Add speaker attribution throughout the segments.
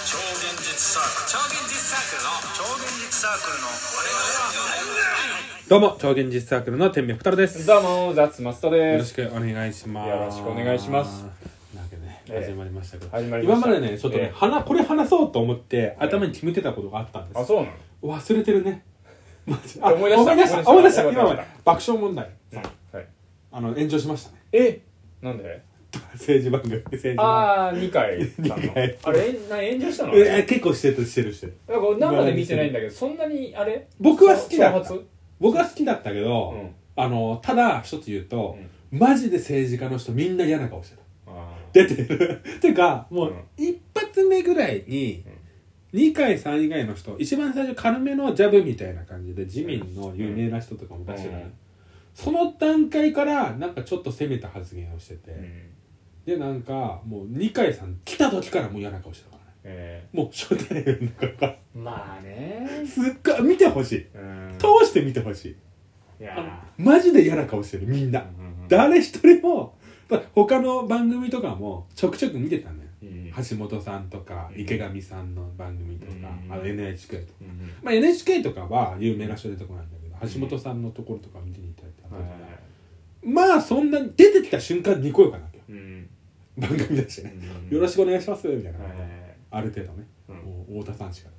Speaker 1: 実サークル超現実サークルの超現実サークルの
Speaker 2: どうも超現実サークルの天明二郎です
Speaker 3: どうもザッツマスト
Speaker 2: よ
Speaker 3: で
Speaker 2: ろ
Speaker 3: す
Speaker 2: しくお願いします
Speaker 3: よろしくお願いします
Speaker 2: なわけでね
Speaker 3: ええ
Speaker 2: 始まりましたけど、
Speaker 3: 始まりま
Speaker 2: 今
Speaker 3: し
Speaker 2: ま
Speaker 3: た
Speaker 2: でねちょっとね、
Speaker 3: ええ
Speaker 2: 話これ話そうと思って頭に決めてたことがあったんです、
Speaker 3: あそうなの
Speaker 2: 忘れてるね マジあ
Speaker 3: 思い出した
Speaker 2: 思い出した
Speaker 3: 思
Speaker 2: 思い
Speaker 3: い
Speaker 2: 出
Speaker 3: 出
Speaker 2: し
Speaker 3: したた
Speaker 2: 今ま
Speaker 3: 思い
Speaker 2: で
Speaker 3: 出し
Speaker 2: 爆笑問題さん、
Speaker 3: はい
Speaker 2: あの炎上しましたね
Speaker 3: えなんで
Speaker 2: 政治番組政治番
Speaker 3: ああ二回さんの
Speaker 2: 二回
Speaker 3: あれえな炎上したの
Speaker 2: 組え
Speaker 3: なん
Speaker 2: え
Speaker 3: か
Speaker 2: 結構してるしてるしてる
Speaker 3: 俺生で見てないんだけどそんなにあれ
Speaker 2: 僕は好きだ
Speaker 3: 挑発
Speaker 2: 僕は好きだったけど、
Speaker 3: うん
Speaker 2: あのただ一つ言うと、マジで政治家の人みんな嫌な顔してた
Speaker 3: あー
Speaker 2: 出てるてかもう
Speaker 3: うん
Speaker 2: 一発目ぐらいに2回3以外の人一番最初軽めのジャブみたいな感じで自民の有名な人とかも出してたね
Speaker 3: うん
Speaker 2: その段階からなんかちょっと攻めた発言をしてて、
Speaker 3: うん
Speaker 2: でなんかもう二階さん来た時からもう嫌な顔してたからね
Speaker 3: え
Speaker 2: もう初対面だ から
Speaker 3: ーまあね
Speaker 2: すっごい見てほしい
Speaker 3: うん
Speaker 2: 通して見てほしい
Speaker 3: いや
Speaker 2: マジで嫌な顔してるみんな
Speaker 3: ーうんうんうん
Speaker 2: 誰一人もまあ他の番組とかもちょくちょく見てたんだよ
Speaker 3: うん
Speaker 2: 橋本さんとか
Speaker 3: うん
Speaker 2: 池上さんの番組とか、
Speaker 3: うん
Speaker 2: あの NHK とか、
Speaker 3: うんうん
Speaker 2: まあ、NHK とかは有名な人出てこないんだけど、橋本さんのところとか見てみたいって話、
Speaker 3: は
Speaker 2: まあそんなに出てきた瞬間にこよかなきゃ
Speaker 3: いうん
Speaker 2: 番組だしね、
Speaker 3: うん
Speaker 2: よろしくお願いしますみたいな、
Speaker 3: はい
Speaker 2: ある程度ね、
Speaker 3: うん
Speaker 2: もう太田さんしか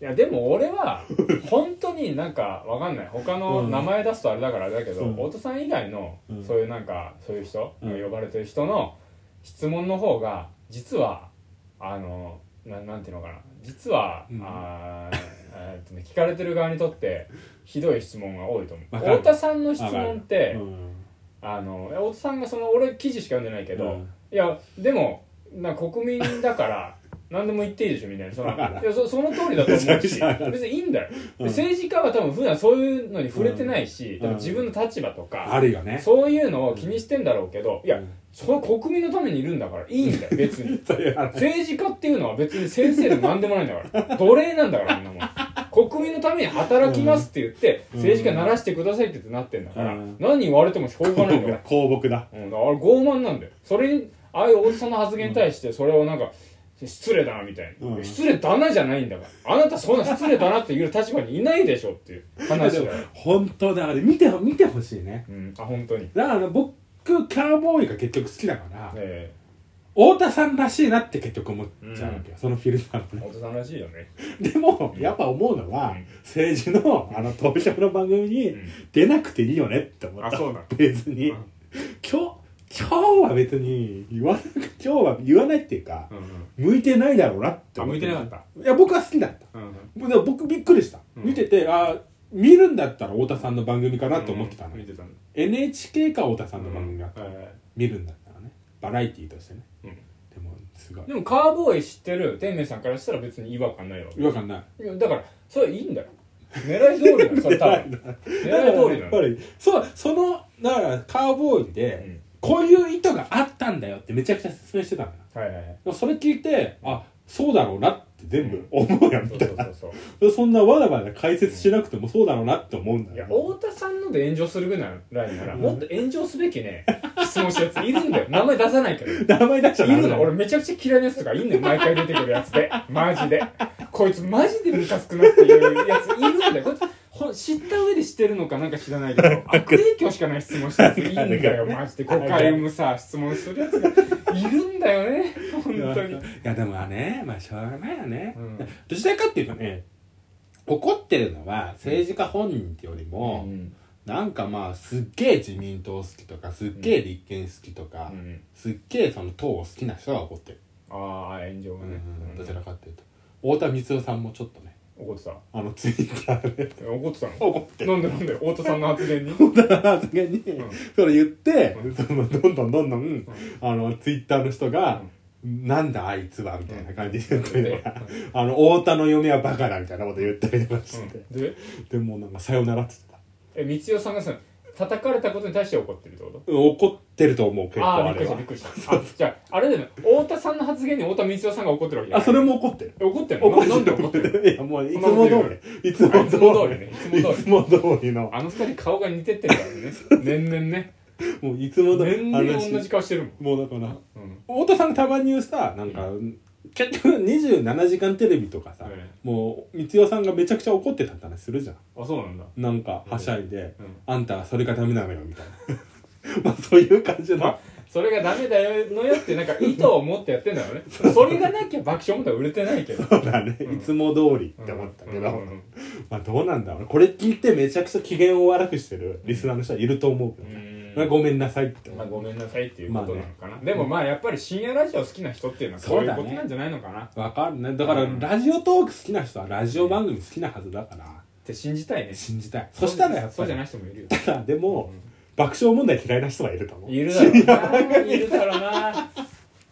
Speaker 3: いやでも俺は本当になんかわかんない他
Speaker 2: う
Speaker 3: の
Speaker 2: ん
Speaker 3: 名前出すとあれだからあれだけど、
Speaker 2: うん
Speaker 3: 太田さん以外の
Speaker 2: うん
Speaker 3: そういうなんかそういう人、
Speaker 2: うん
Speaker 3: 呼ばれてる人の質問の方が実はあのななんていうのかな実は、
Speaker 2: うん
Speaker 3: あーえーっとね聞かれてる側にとってひどい質問が多いと思う
Speaker 2: わかる
Speaker 3: 太田さんの質問って、
Speaker 2: うん
Speaker 3: あの太田さんがその俺記事しか読んでないけど、
Speaker 2: うん
Speaker 3: いやでもな国民だから 何でも言っていいでしょみたいなそのいやそその通りだと思うし別にいいんだよ、
Speaker 2: うん
Speaker 3: 政治家は多分普段そういうのに触れてないし、
Speaker 2: ん
Speaker 3: 多分自分の立場と
Speaker 2: あ
Speaker 3: か、
Speaker 2: るよね
Speaker 3: そういうのを気にしてんだろうけどいや
Speaker 2: うん
Speaker 3: その国民のためにいるんだからいいん だよ別に
Speaker 2: そういう話
Speaker 3: 政治家っていうのは別に先生でも何でもないんだから奴隷なんだからみんなもん国民のために働きますって言って、
Speaker 2: うん
Speaker 3: 政治家ならしてくださいって言ってなってんだから、
Speaker 2: うん
Speaker 3: 何言われてもしょうがないんだから
Speaker 2: 公僕だ
Speaker 3: うん、だからあれ傲慢なんだよそれにああいうおじさんの発言に対してそれをなんか失礼だなみたいな、
Speaker 2: うん
Speaker 3: 失礼だなじゃないんだからあなたそんな失礼だなっていう立場にいないでしょっていう話だよ、
Speaker 2: 本当だから見て見てほしいね
Speaker 3: うん、あ本当に
Speaker 2: だから僕カーボーイが結局好きだから、
Speaker 3: え
Speaker 2: 太田さんらしいなって結局思っちゃうわけよ、そのフィルター
Speaker 3: え
Speaker 2: のね
Speaker 3: おじさんらしいよね
Speaker 2: でもやっぱ思うのは、
Speaker 3: うん
Speaker 2: 政治のあの当事者の番組に
Speaker 3: うん
Speaker 2: 出なくていいよねって思った、
Speaker 3: あそうなの
Speaker 2: 別に、
Speaker 3: うん
Speaker 2: 今日今日は別に言わなく今日は言わないっていうか
Speaker 3: う、んうん
Speaker 2: 向いてないだろうなって
Speaker 3: あ
Speaker 2: 思っ
Speaker 3: 向い
Speaker 2: て
Speaker 3: てなかった
Speaker 2: いや僕は好きだった
Speaker 3: うん
Speaker 2: でも僕びっくりした、
Speaker 3: うん
Speaker 2: 見ててあ見るんだったら太田さんの番組かなと思ってたの、
Speaker 3: うん見てたの
Speaker 2: NHK か太田さんの番組があった、
Speaker 3: え
Speaker 2: 見るんだったらねバラエティーとしてね
Speaker 3: えうん
Speaker 2: でもすごい
Speaker 3: でもカーボーイ知ってる天明さんからしたら別に違和感ないわけ
Speaker 2: 違和感ない
Speaker 3: いやだからそれいいんだよ 狙い通りなのそれ多分狙い通り
Speaker 2: や
Speaker 3: な
Speaker 2: っ
Speaker 3: の
Speaker 2: ぱりそうそのだからカーボーイで、
Speaker 3: うん
Speaker 2: こういう意図があったんだよってめちゃくちゃ説明してたのよ
Speaker 3: はいはいはい
Speaker 2: でもそれ聞いてあそうだろうなって全部思うやん
Speaker 3: そ
Speaker 2: み
Speaker 3: う
Speaker 2: た
Speaker 3: そ
Speaker 2: いう
Speaker 3: そ
Speaker 2: な
Speaker 3: うそう
Speaker 2: そんなわらわら解説しなくてもそうだろうなって思うん
Speaker 3: い
Speaker 2: だ
Speaker 3: や
Speaker 2: よ
Speaker 3: 太田さんので炎上するぐらいならもっと炎上すべきね質問したやついるんだよ名前出さないけどい
Speaker 2: 名前出しちゃダメ
Speaker 3: る
Speaker 2: だ
Speaker 3: の俺めちゃくちゃ嫌いなやつとかいるんだよ毎回出てくるやつでマジでこいつマジでムカつくなっていうやついるんだよこいつほ知った上で知ってるのかなんか知らな いけど悪影響しかない質問したやついいんだよマジで5回もさ質問するやつがいるんだよね本当に
Speaker 2: いやでもまあねまあしょうがないよね、
Speaker 3: うん
Speaker 2: どちらかっていうとね怒ってるのは政治家本人ってよりも、
Speaker 3: うん
Speaker 2: なんかまあすっげえ自民党好きとかすっげえ立憲好きとか、
Speaker 3: うん
Speaker 2: すっげえその党を好きな人が怒ってる、
Speaker 3: ああ炎上がねうん
Speaker 2: どちらかっていうと太田光代さんもちょっとね
Speaker 3: 怒ってた
Speaker 2: あのツイッターで
Speaker 3: 怒ってたの
Speaker 2: 怒って
Speaker 3: なんでなんで太田さんの発言に
Speaker 2: 太田の発言に、
Speaker 3: うん
Speaker 2: それ言って、
Speaker 3: う
Speaker 2: そのどんどんどんどん、あのツイッターの人が、なんだあいつはみたいな感じで言ったりとか、あの太田の嫁はバカだみたいなこと言ったりとかして、
Speaker 3: うんで
Speaker 2: でもうなんかさよならっつってた
Speaker 3: え光代さんがさ叩かれたことに対して怒ってるってこと
Speaker 2: うん怒ってると思う結構
Speaker 3: あ
Speaker 2: あ
Speaker 3: あーびっく
Speaker 2: れ
Speaker 3: りした
Speaker 2: は
Speaker 3: びっくり したあじゃああれだよね太田さんの発言に太田光代さんが怒ってるわけじゃ
Speaker 2: あ
Speaker 3: ない
Speaker 2: それも怒ってる
Speaker 3: え怒ってるのななんで怒ってる
Speaker 2: いやもういつも通りいつも
Speaker 3: あいつも
Speaker 2: 通り
Speaker 3: 通りねい
Speaker 2: い
Speaker 3: つも通り
Speaker 2: つも通りの
Speaker 3: あの二人顔が似てってるからね年々ね
Speaker 2: もういつも通り
Speaker 3: 年々同じ顔してる
Speaker 2: もうだから
Speaker 3: もん、うん
Speaker 2: 太田さんがたまに言うさなんか結局27時間テレビとかさ、
Speaker 3: え
Speaker 2: もう光代さんがめちゃくちゃ怒ってたって話するじゃん
Speaker 3: あそうなんだ
Speaker 2: なんかはしゃいで、
Speaker 3: うん
Speaker 2: あんたはそれがダメなのよみたいな まあそういう感じの、
Speaker 3: まあそれがダメだよのよってなんか意図を持ってやってんだろうねそれがなきゃ爆笑問題は売れてないけど
Speaker 2: そうだね、
Speaker 3: うん
Speaker 2: いつも通りって思ったけど、
Speaker 3: うんうん
Speaker 2: まあどうなんだろうこれ聞いてめちゃくちゃ機嫌を悪くしてるリスナーの人はいると思うけ
Speaker 3: う
Speaker 2: ど、
Speaker 3: ん
Speaker 2: まあ、ごめんなさいって、
Speaker 3: まあごめんなさいっていうことなのかな、でもまあやっぱり深夜ラジオ好きな人っていうのはこういうことなんじゃないのかな、っ
Speaker 2: わかるねだから、
Speaker 3: うん
Speaker 2: ラジオトーク好きな人はラジオ番組好きなはずだから
Speaker 3: て信じたいね
Speaker 2: 信じたいそしたらやっ
Speaker 3: そ
Speaker 2: ぱ
Speaker 3: うじ
Speaker 2: り
Speaker 3: ゃない人もいるよ
Speaker 2: ただでも、爆笑問題嫌いな人はいると思う
Speaker 3: いるだろうないるだろうな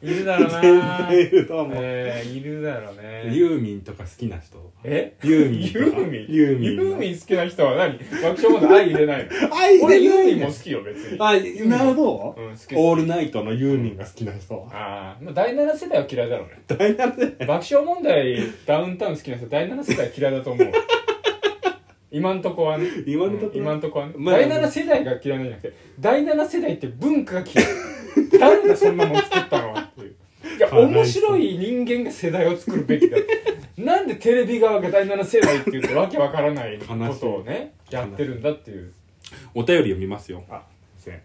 Speaker 3: いるだろうな
Speaker 2: 全然いると思う、
Speaker 3: えーいるだろうね
Speaker 2: ユーミンとか好きな人
Speaker 3: え
Speaker 2: ユーミン
Speaker 3: ユ
Speaker 2: とか
Speaker 3: ーミン
Speaker 2: ユーミン
Speaker 3: ユーミン好きな人は何爆笑問題愛入れないの
Speaker 2: 愛で
Speaker 3: 俺ユーミ
Speaker 2: ユー
Speaker 3: ン
Speaker 2: ミン
Speaker 3: も好きよ別に
Speaker 2: あなるほど、
Speaker 3: うん好き
Speaker 2: オ
Speaker 3: 好
Speaker 2: ー
Speaker 3: き
Speaker 2: ルナイトのユーミンが好きな人
Speaker 3: ああまあ第7世代は嫌いだろうね
Speaker 2: 大学で
Speaker 3: 爆笑問題ダウンタウン好きな人第7世代嫌いだと思う今んとこはね
Speaker 2: 今のところ、
Speaker 3: 今んとこはね、
Speaker 2: まあ
Speaker 3: 第7世代が嫌いなんじゃなくて第7世代って文化が嫌い誰がそんなもん作ったのっていういや
Speaker 2: かわいそう
Speaker 3: 面白い人間が世代を作るべきだなんでテレビ側が第7世代って言ってわけわからないことをねやってるんだっていう
Speaker 2: お便り読みますよ
Speaker 3: あせんね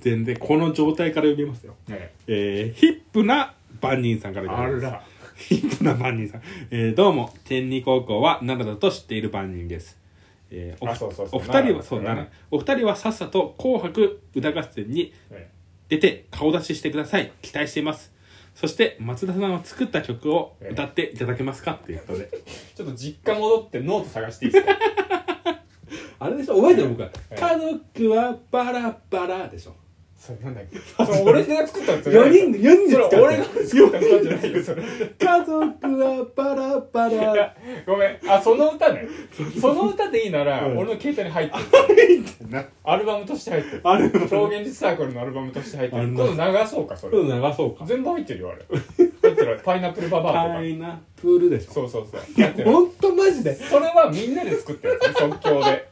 Speaker 2: 全然この状態から読みますよ
Speaker 3: え
Speaker 2: えー、ヒップな番人さんからいただ
Speaker 3: あ
Speaker 2: きます
Speaker 3: ら
Speaker 2: ヒップな番人さん、 えー、どうも天理高校は奈良だと知っている番人です、えー、お
Speaker 3: あそうそうそう
Speaker 2: お二人
Speaker 3: 奈良
Speaker 2: は
Speaker 3: だ
Speaker 2: そう
Speaker 3: うん
Speaker 2: 奈良お二人はさっさと「紅白歌合戦」に
Speaker 3: え
Speaker 2: 出て顔出ししてください期待していますそして松田さんは作った曲を歌っていただけますかっていう ことで
Speaker 3: ちょっと実家戻ってノート探していいで すか
Speaker 2: あれでしょ覚えてる僕は
Speaker 3: え
Speaker 2: 家族はバラバラでしょ
Speaker 3: それなんだっけそれ俺が作ったんですよ
Speaker 2: 4人4人で
Speaker 3: それ
Speaker 2: 使って
Speaker 3: 俺が作ったんじゃないよそれ
Speaker 2: 家族はバラバ
Speaker 3: い
Speaker 2: ラ
Speaker 3: やごめんあその歌ねその歌でいいなら
Speaker 2: うん
Speaker 3: 俺の携帯に入ってる
Speaker 2: な
Speaker 3: アルバムとして入ってる
Speaker 2: あれち
Speaker 3: 表現実サークルのアルバムとして入って
Speaker 2: あ
Speaker 3: る
Speaker 2: んな
Speaker 3: 今度流そうかそれ
Speaker 2: ょっと流そうか
Speaker 3: 全部入ってるよあれ入ってるパイナップルババアとか
Speaker 2: パイナップルでしょ
Speaker 3: そうそうそう入ってる
Speaker 2: ほんとマジで
Speaker 3: それはみんなで作ってる即興で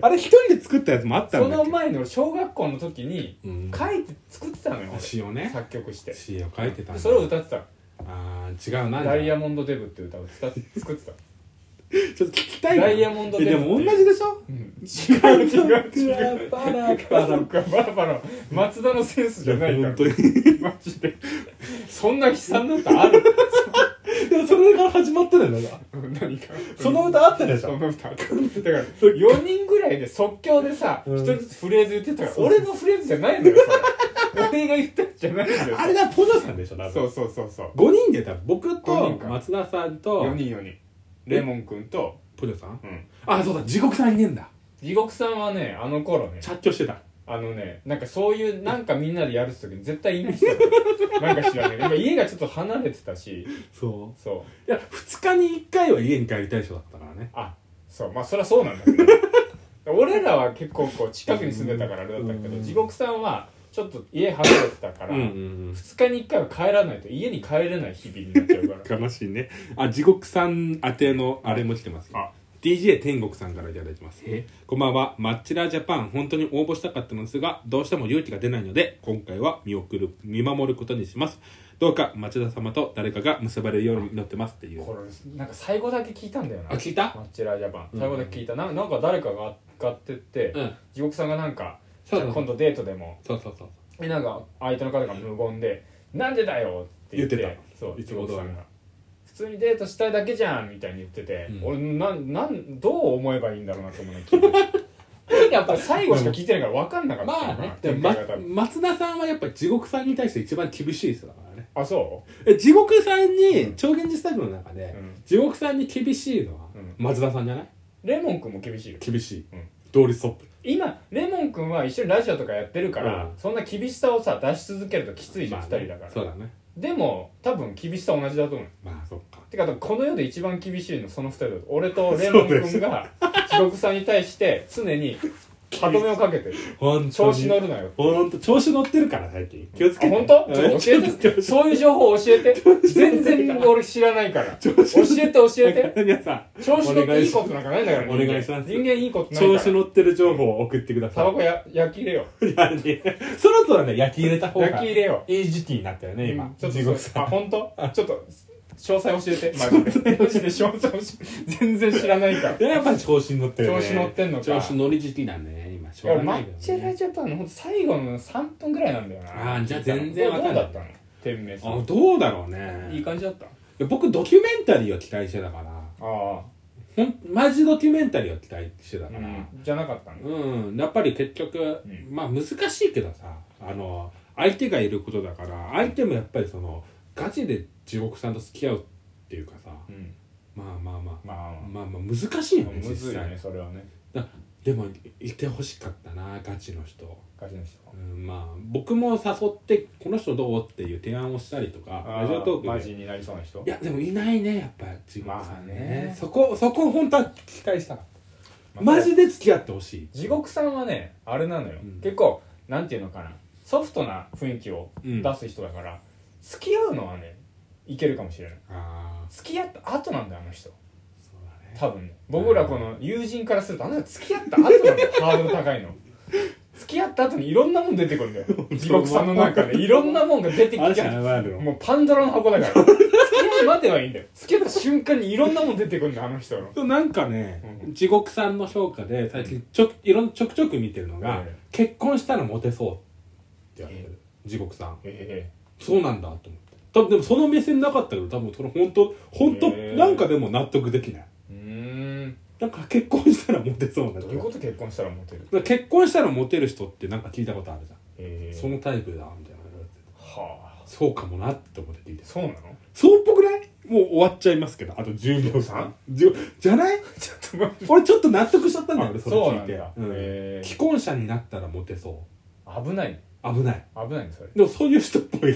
Speaker 2: あれ一人で作ったやつもあった
Speaker 3: そ
Speaker 2: んだ
Speaker 3: の
Speaker 2: っけ
Speaker 3: 前の小学校の時に
Speaker 2: うん
Speaker 3: 書いて作ってたのよ俺
Speaker 2: 詩をね
Speaker 3: 作曲して
Speaker 2: 詩を書いてたんだ
Speaker 3: それを歌ってた
Speaker 2: あー違うな
Speaker 3: ダイヤモンドデブって歌を歌って作ってた
Speaker 2: ちょっと聞きたいな
Speaker 3: ダイヤモンド
Speaker 2: えでも同じでしょ
Speaker 3: うん
Speaker 2: 違う
Speaker 3: 違う
Speaker 2: 違うバラ
Speaker 3: 家
Speaker 2: バラ
Speaker 3: 族がバラバラ松田のセンスじゃないから
Speaker 2: 本当に
Speaker 3: マジでそんな悲惨な 歌ある
Speaker 2: でもそれから始まってたよね
Speaker 3: 何か
Speaker 2: その歌あったでし
Speaker 3: そ
Speaker 2: ょ
Speaker 3: の歌だから4人ぐらいで即興でさ
Speaker 2: うん
Speaker 3: 一人ずつフレーズ言ってたから
Speaker 2: そう
Speaker 3: 俺のフレーズじゃないのよそれ俺が言ったんじゃないんだよ
Speaker 2: あれだポニョさんでしょ多分
Speaker 3: そうそうそうそう
Speaker 2: 5人で多分僕
Speaker 3: 五
Speaker 2: と
Speaker 3: 人か
Speaker 2: 松田さんと
Speaker 3: 4人4人レモン君と、
Speaker 2: ポニョさん
Speaker 3: うん、
Speaker 2: あそうだ地獄さんいねえんだ
Speaker 3: 地獄さんはねあの頃ね
Speaker 2: 着去してた
Speaker 3: あのねなんかそういうなんかみんなでやる時に絶対いない 人だったなんか知らないやっぱ家がちょっと離れてたし
Speaker 2: そ
Speaker 3: そう
Speaker 2: ういや2日に1回は家に帰りたい人だったからね
Speaker 3: あそうまあそりゃそうなんだけど 俺らは結構こう近くに住んでたからあれだったけ
Speaker 2: う
Speaker 3: ど
Speaker 2: ん
Speaker 3: 地獄さんはちょっと家離れてたから、
Speaker 2: うんうん
Speaker 3: 2日に1回は帰らないと家に帰れない日々になっちゃうから
Speaker 2: うん悲しいねあ地獄さん宛てのあれも来てますよ
Speaker 3: あ
Speaker 2: DJ 天国さんからいただいてますこんばんはマッチラジャパン本当に応募したかったのですがどうしても勇気が出ないので今回は見送る見守ることにしますどうか町田様と誰かが結ばれるように祈ってますっていう
Speaker 3: これなんか最後だけ聞いたんだよな
Speaker 2: あ聞いた
Speaker 3: マッチラジャパン
Speaker 2: うん
Speaker 3: 最後だけ聞いた、ななんか誰かが買ってって、
Speaker 2: うん
Speaker 3: 地獄さんがなんか
Speaker 2: そうそう
Speaker 3: じゃあ今度デートでも
Speaker 2: そうそうそう
Speaker 3: えなんか相手の方が無言で「なんでだよ!」って言って
Speaker 2: 言って
Speaker 3: そう
Speaker 2: いつ
Speaker 3: 地
Speaker 2: も
Speaker 3: 獄
Speaker 2: 通り
Speaker 3: さんが「普通にデートしたいだけじゃん」みたいに言ってて、
Speaker 2: うん
Speaker 3: 俺なんなんどう思えばいいんだろうなと思うね聞いて てやっぱ最後しか聞いてないから分かんなかったのか
Speaker 2: ま
Speaker 3: な
Speaker 2: あねで
Speaker 3: 展
Speaker 2: も、
Speaker 3: 開
Speaker 2: ま
Speaker 3: が多分、
Speaker 2: 松田さんはやっぱ地獄さんに対して一番厳しい人だからね
Speaker 3: あそ
Speaker 2: え地獄さん
Speaker 3: う
Speaker 2: に
Speaker 3: ん
Speaker 2: 超現実タグの中で、
Speaker 3: うん
Speaker 2: 地獄さんに厳しいのは
Speaker 3: うん
Speaker 2: 松田さんじゃないう
Speaker 3: レモン君も厳しいよ
Speaker 2: 厳しい、
Speaker 3: うん
Speaker 2: 同率トップ
Speaker 3: 今レモン君は一緒にラジオとかやってるから、
Speaker 2: うん
Speaker 3: そんな厳しさをさ出し続けるときついじゃん、
Speaker 2: まあ
Speaker 3: 2
Speaker 2: ね
Speaker 3: 人だから
Speaker 2: そうだね
Speaker 3: でも多分厳しさ同じだと思う
Speaker 2: まあそっか
Speaker 3: てかこの世で一番厳しいのその二人だと俺とレモン君が地獄さんに対して常に歯止めをかけてる
Speaker 2: 本当
Speaker 3: 調
Speaker 2: に
Speaker 3: 子乗るなよ
Speaker 2: ほんと調子乗ってるから最近気をつけて
Speaker 3: 本当
Speaker 2: うん
Speaker 3: ちょっと教え
Speaker 2: ちょっと
Speaker 3: てそういう情報教えて全然俺知らないから教えて教え
Speaker 2: だ
Speaker 3: て
Speaker 2: から皆さん
Speaker 3: 調子乗っていいことなんかないんだから
Speaker 2: お願いします
Speaker 3: 人間いいことない
Speaker 2: 調
Speaker 3: か
Speaker 2: 子
Speaker 3: ら
Speaker 2: 乗ってる情報を送ってくだ
Speaker 3: タ
Speaker 2: さい
Speaker 3: バコや焼き入れよ
Speaker 2: いやねそろそろね焼き入れた方が
Speaker 3: 焼き入れよ
Speaker 2: いい時期になったよね
Speaker 3: うん
Speaker 2: 今
Speaker 3: ちょっ
Speaker 2: 地獄
Speaker 3: と
Speaker 2: さ
Speaker 3: そ
Speaker 2: ん
Speaker 3: うあ本当ちょっと詳細教えてマジでマジで詳細教えて全然知らないから
Speaker 2: いややっぱり調子に乗ってるね
Speaker 3: 調子乗ってんのか
Speaker 2: 調子乗り時期だね今し
Speaker 3: い
Speaker 2: ょう
Speaker 3: や
Speaker 2: が
Speaker 3: マ
Speaker 2: ないけ
Speaker 3: ッチ
Speaker 2: ど
Speaker 3: ェラ
Speaker 2: ね
Speaker 3: ジャパンのほんと最後の3分ぐらいなんだよな
Speaker 2: あーじゃあ全然わかんない
Speaker 3: どうだったの天明さ
Speaker 2: あ
Speaker 3: ん
Speaker 2: どうだろうね
Speaker 3: いい感じだったあ
Speaker 2: いや僕ドキュメンタリーを期待してたから
Speaker 3: あ
Speaker 2: ほんマジドキュメンタリーを期待してた
Speaker 3: ー、
Speaker 2: か
Speaker 3: う
Speaker 2: ら
Speaker 3: ん、じゃなかったの
Speaker 2: うん、やっぱり結局、
Speaker 3: ん
Speaker 2: まあ難しいけどさあの相手がいることだから相手もやっぱりそのガチで地獄さんと付き合うっていうかさ
Speaker 3: うん
Speaker 2: まあまあまあ
Speaker 3: まあまあ
Speaker 2: まあまあ難しいよね
Speaker 3: むず
Speaker 2: 実
Speaker 3: いよ
Speaker 2: 際
Speaker 3: ねそれはね
Speaker 2: だでもいてほしかったなガチの人、
Speaker 3: ガチの人
Speaker 2: うん、まあ僕も誘ってこの人どうっていう提案をしたりとか
Speaker 3: あ
Speaker 2: ラジオトー
Speaker 3: マ
Speaker 2: クで
Speaker 3: ジになりそうな人
Speaker 2: いやでもいないねやっぱ地獄さんね,、
Speaker 3: まあね
Speaker 2: そこそこ本当は期待したかった
Speaker 3: まあ
Speaker 2: マジで付き合ってほしい
Speaker 3: 地獄さんはねあれなのよ、
Speaker 2: うん
Speaker 3: 結構なんていうのかなソフトな雰囲気を
Speaker 2: うん
Speaker 3: 出す人だから、付き合うのはねいけるかもしれない
Speaker 2: ああ
Speaker 3: 付き合った後なんだよあの人
Speaker 2: そうだね
Speaker 3: 多分ね僕らこの友人からするとあの人付き合った後なんだ よハードル高いの付き合った後にいろんなもん出てくる んだよ地獄さんの中でいろんなもんが出て
Speaker 2: あ
Speaker 3: き
Speaker 2: れ
Speaker 3: ち
Speaker 2: じ
Speaker 3: ゃ
Speaker 2: ゃ
Speaker 3: う
Speaker 2: ないの
Speaker 3: もうパンドラの箱だから付き合うまではいいんだよ付き合った瞬間にいろんなもん出てくるんだよあの人の
Speaker 2: でもなんかね、
Speaker 3: うん
Speaker 2: 地獄さんの評価で最近ちょいろんちょくちょく見てるのが、
Speaker 3: え
Speaker 2: 結婚したらモテそうって言われてる、地獄さん
Speaker 3: え
Speaker 2: そうなんだと思って多分でもその目線なかったけど多分それ本当本当、
Speaker 3: えー
Speaker 2: なんかでも納得できない
Speaker 3: えうーん
Speaker 2: なんか結婚したらモテそうな
Speaker 3: どういうこと結婚したらモテる
Speaker 2: と結婚したらモテる人ってなんか聞いたことあるじゃん、
Speaker 3: ええ
Speaker 2: そのタイプだみたいな言われて
Speaker 3: はあ
Speaker 2: そうかもなって思って聞いて
Speaker 3: そうなの
Speaker 2: そうっぽくないもう終わっちゃいますけどあと10秒
Speaker 3: さん
Speaker 2: じゅじゃない
Speaker 3: ちょっと待って
Speaker 2: 俺ちょっと納得しちゃったんだよ俺
Speaker 3: あ
Speaker 2: それ聞い
Speaker 3: そう
Speaker 2: て
Speaker 3: なんだ
Speaker 2: うん
Speaker 3: へー
Speaker 2: 既婚者になったらモテそ
Speaker 3: 危ないう
Speaker 2: 危ない
Speaker 3: 危ないねそれ
Speaker 2: でもそういう人っぽい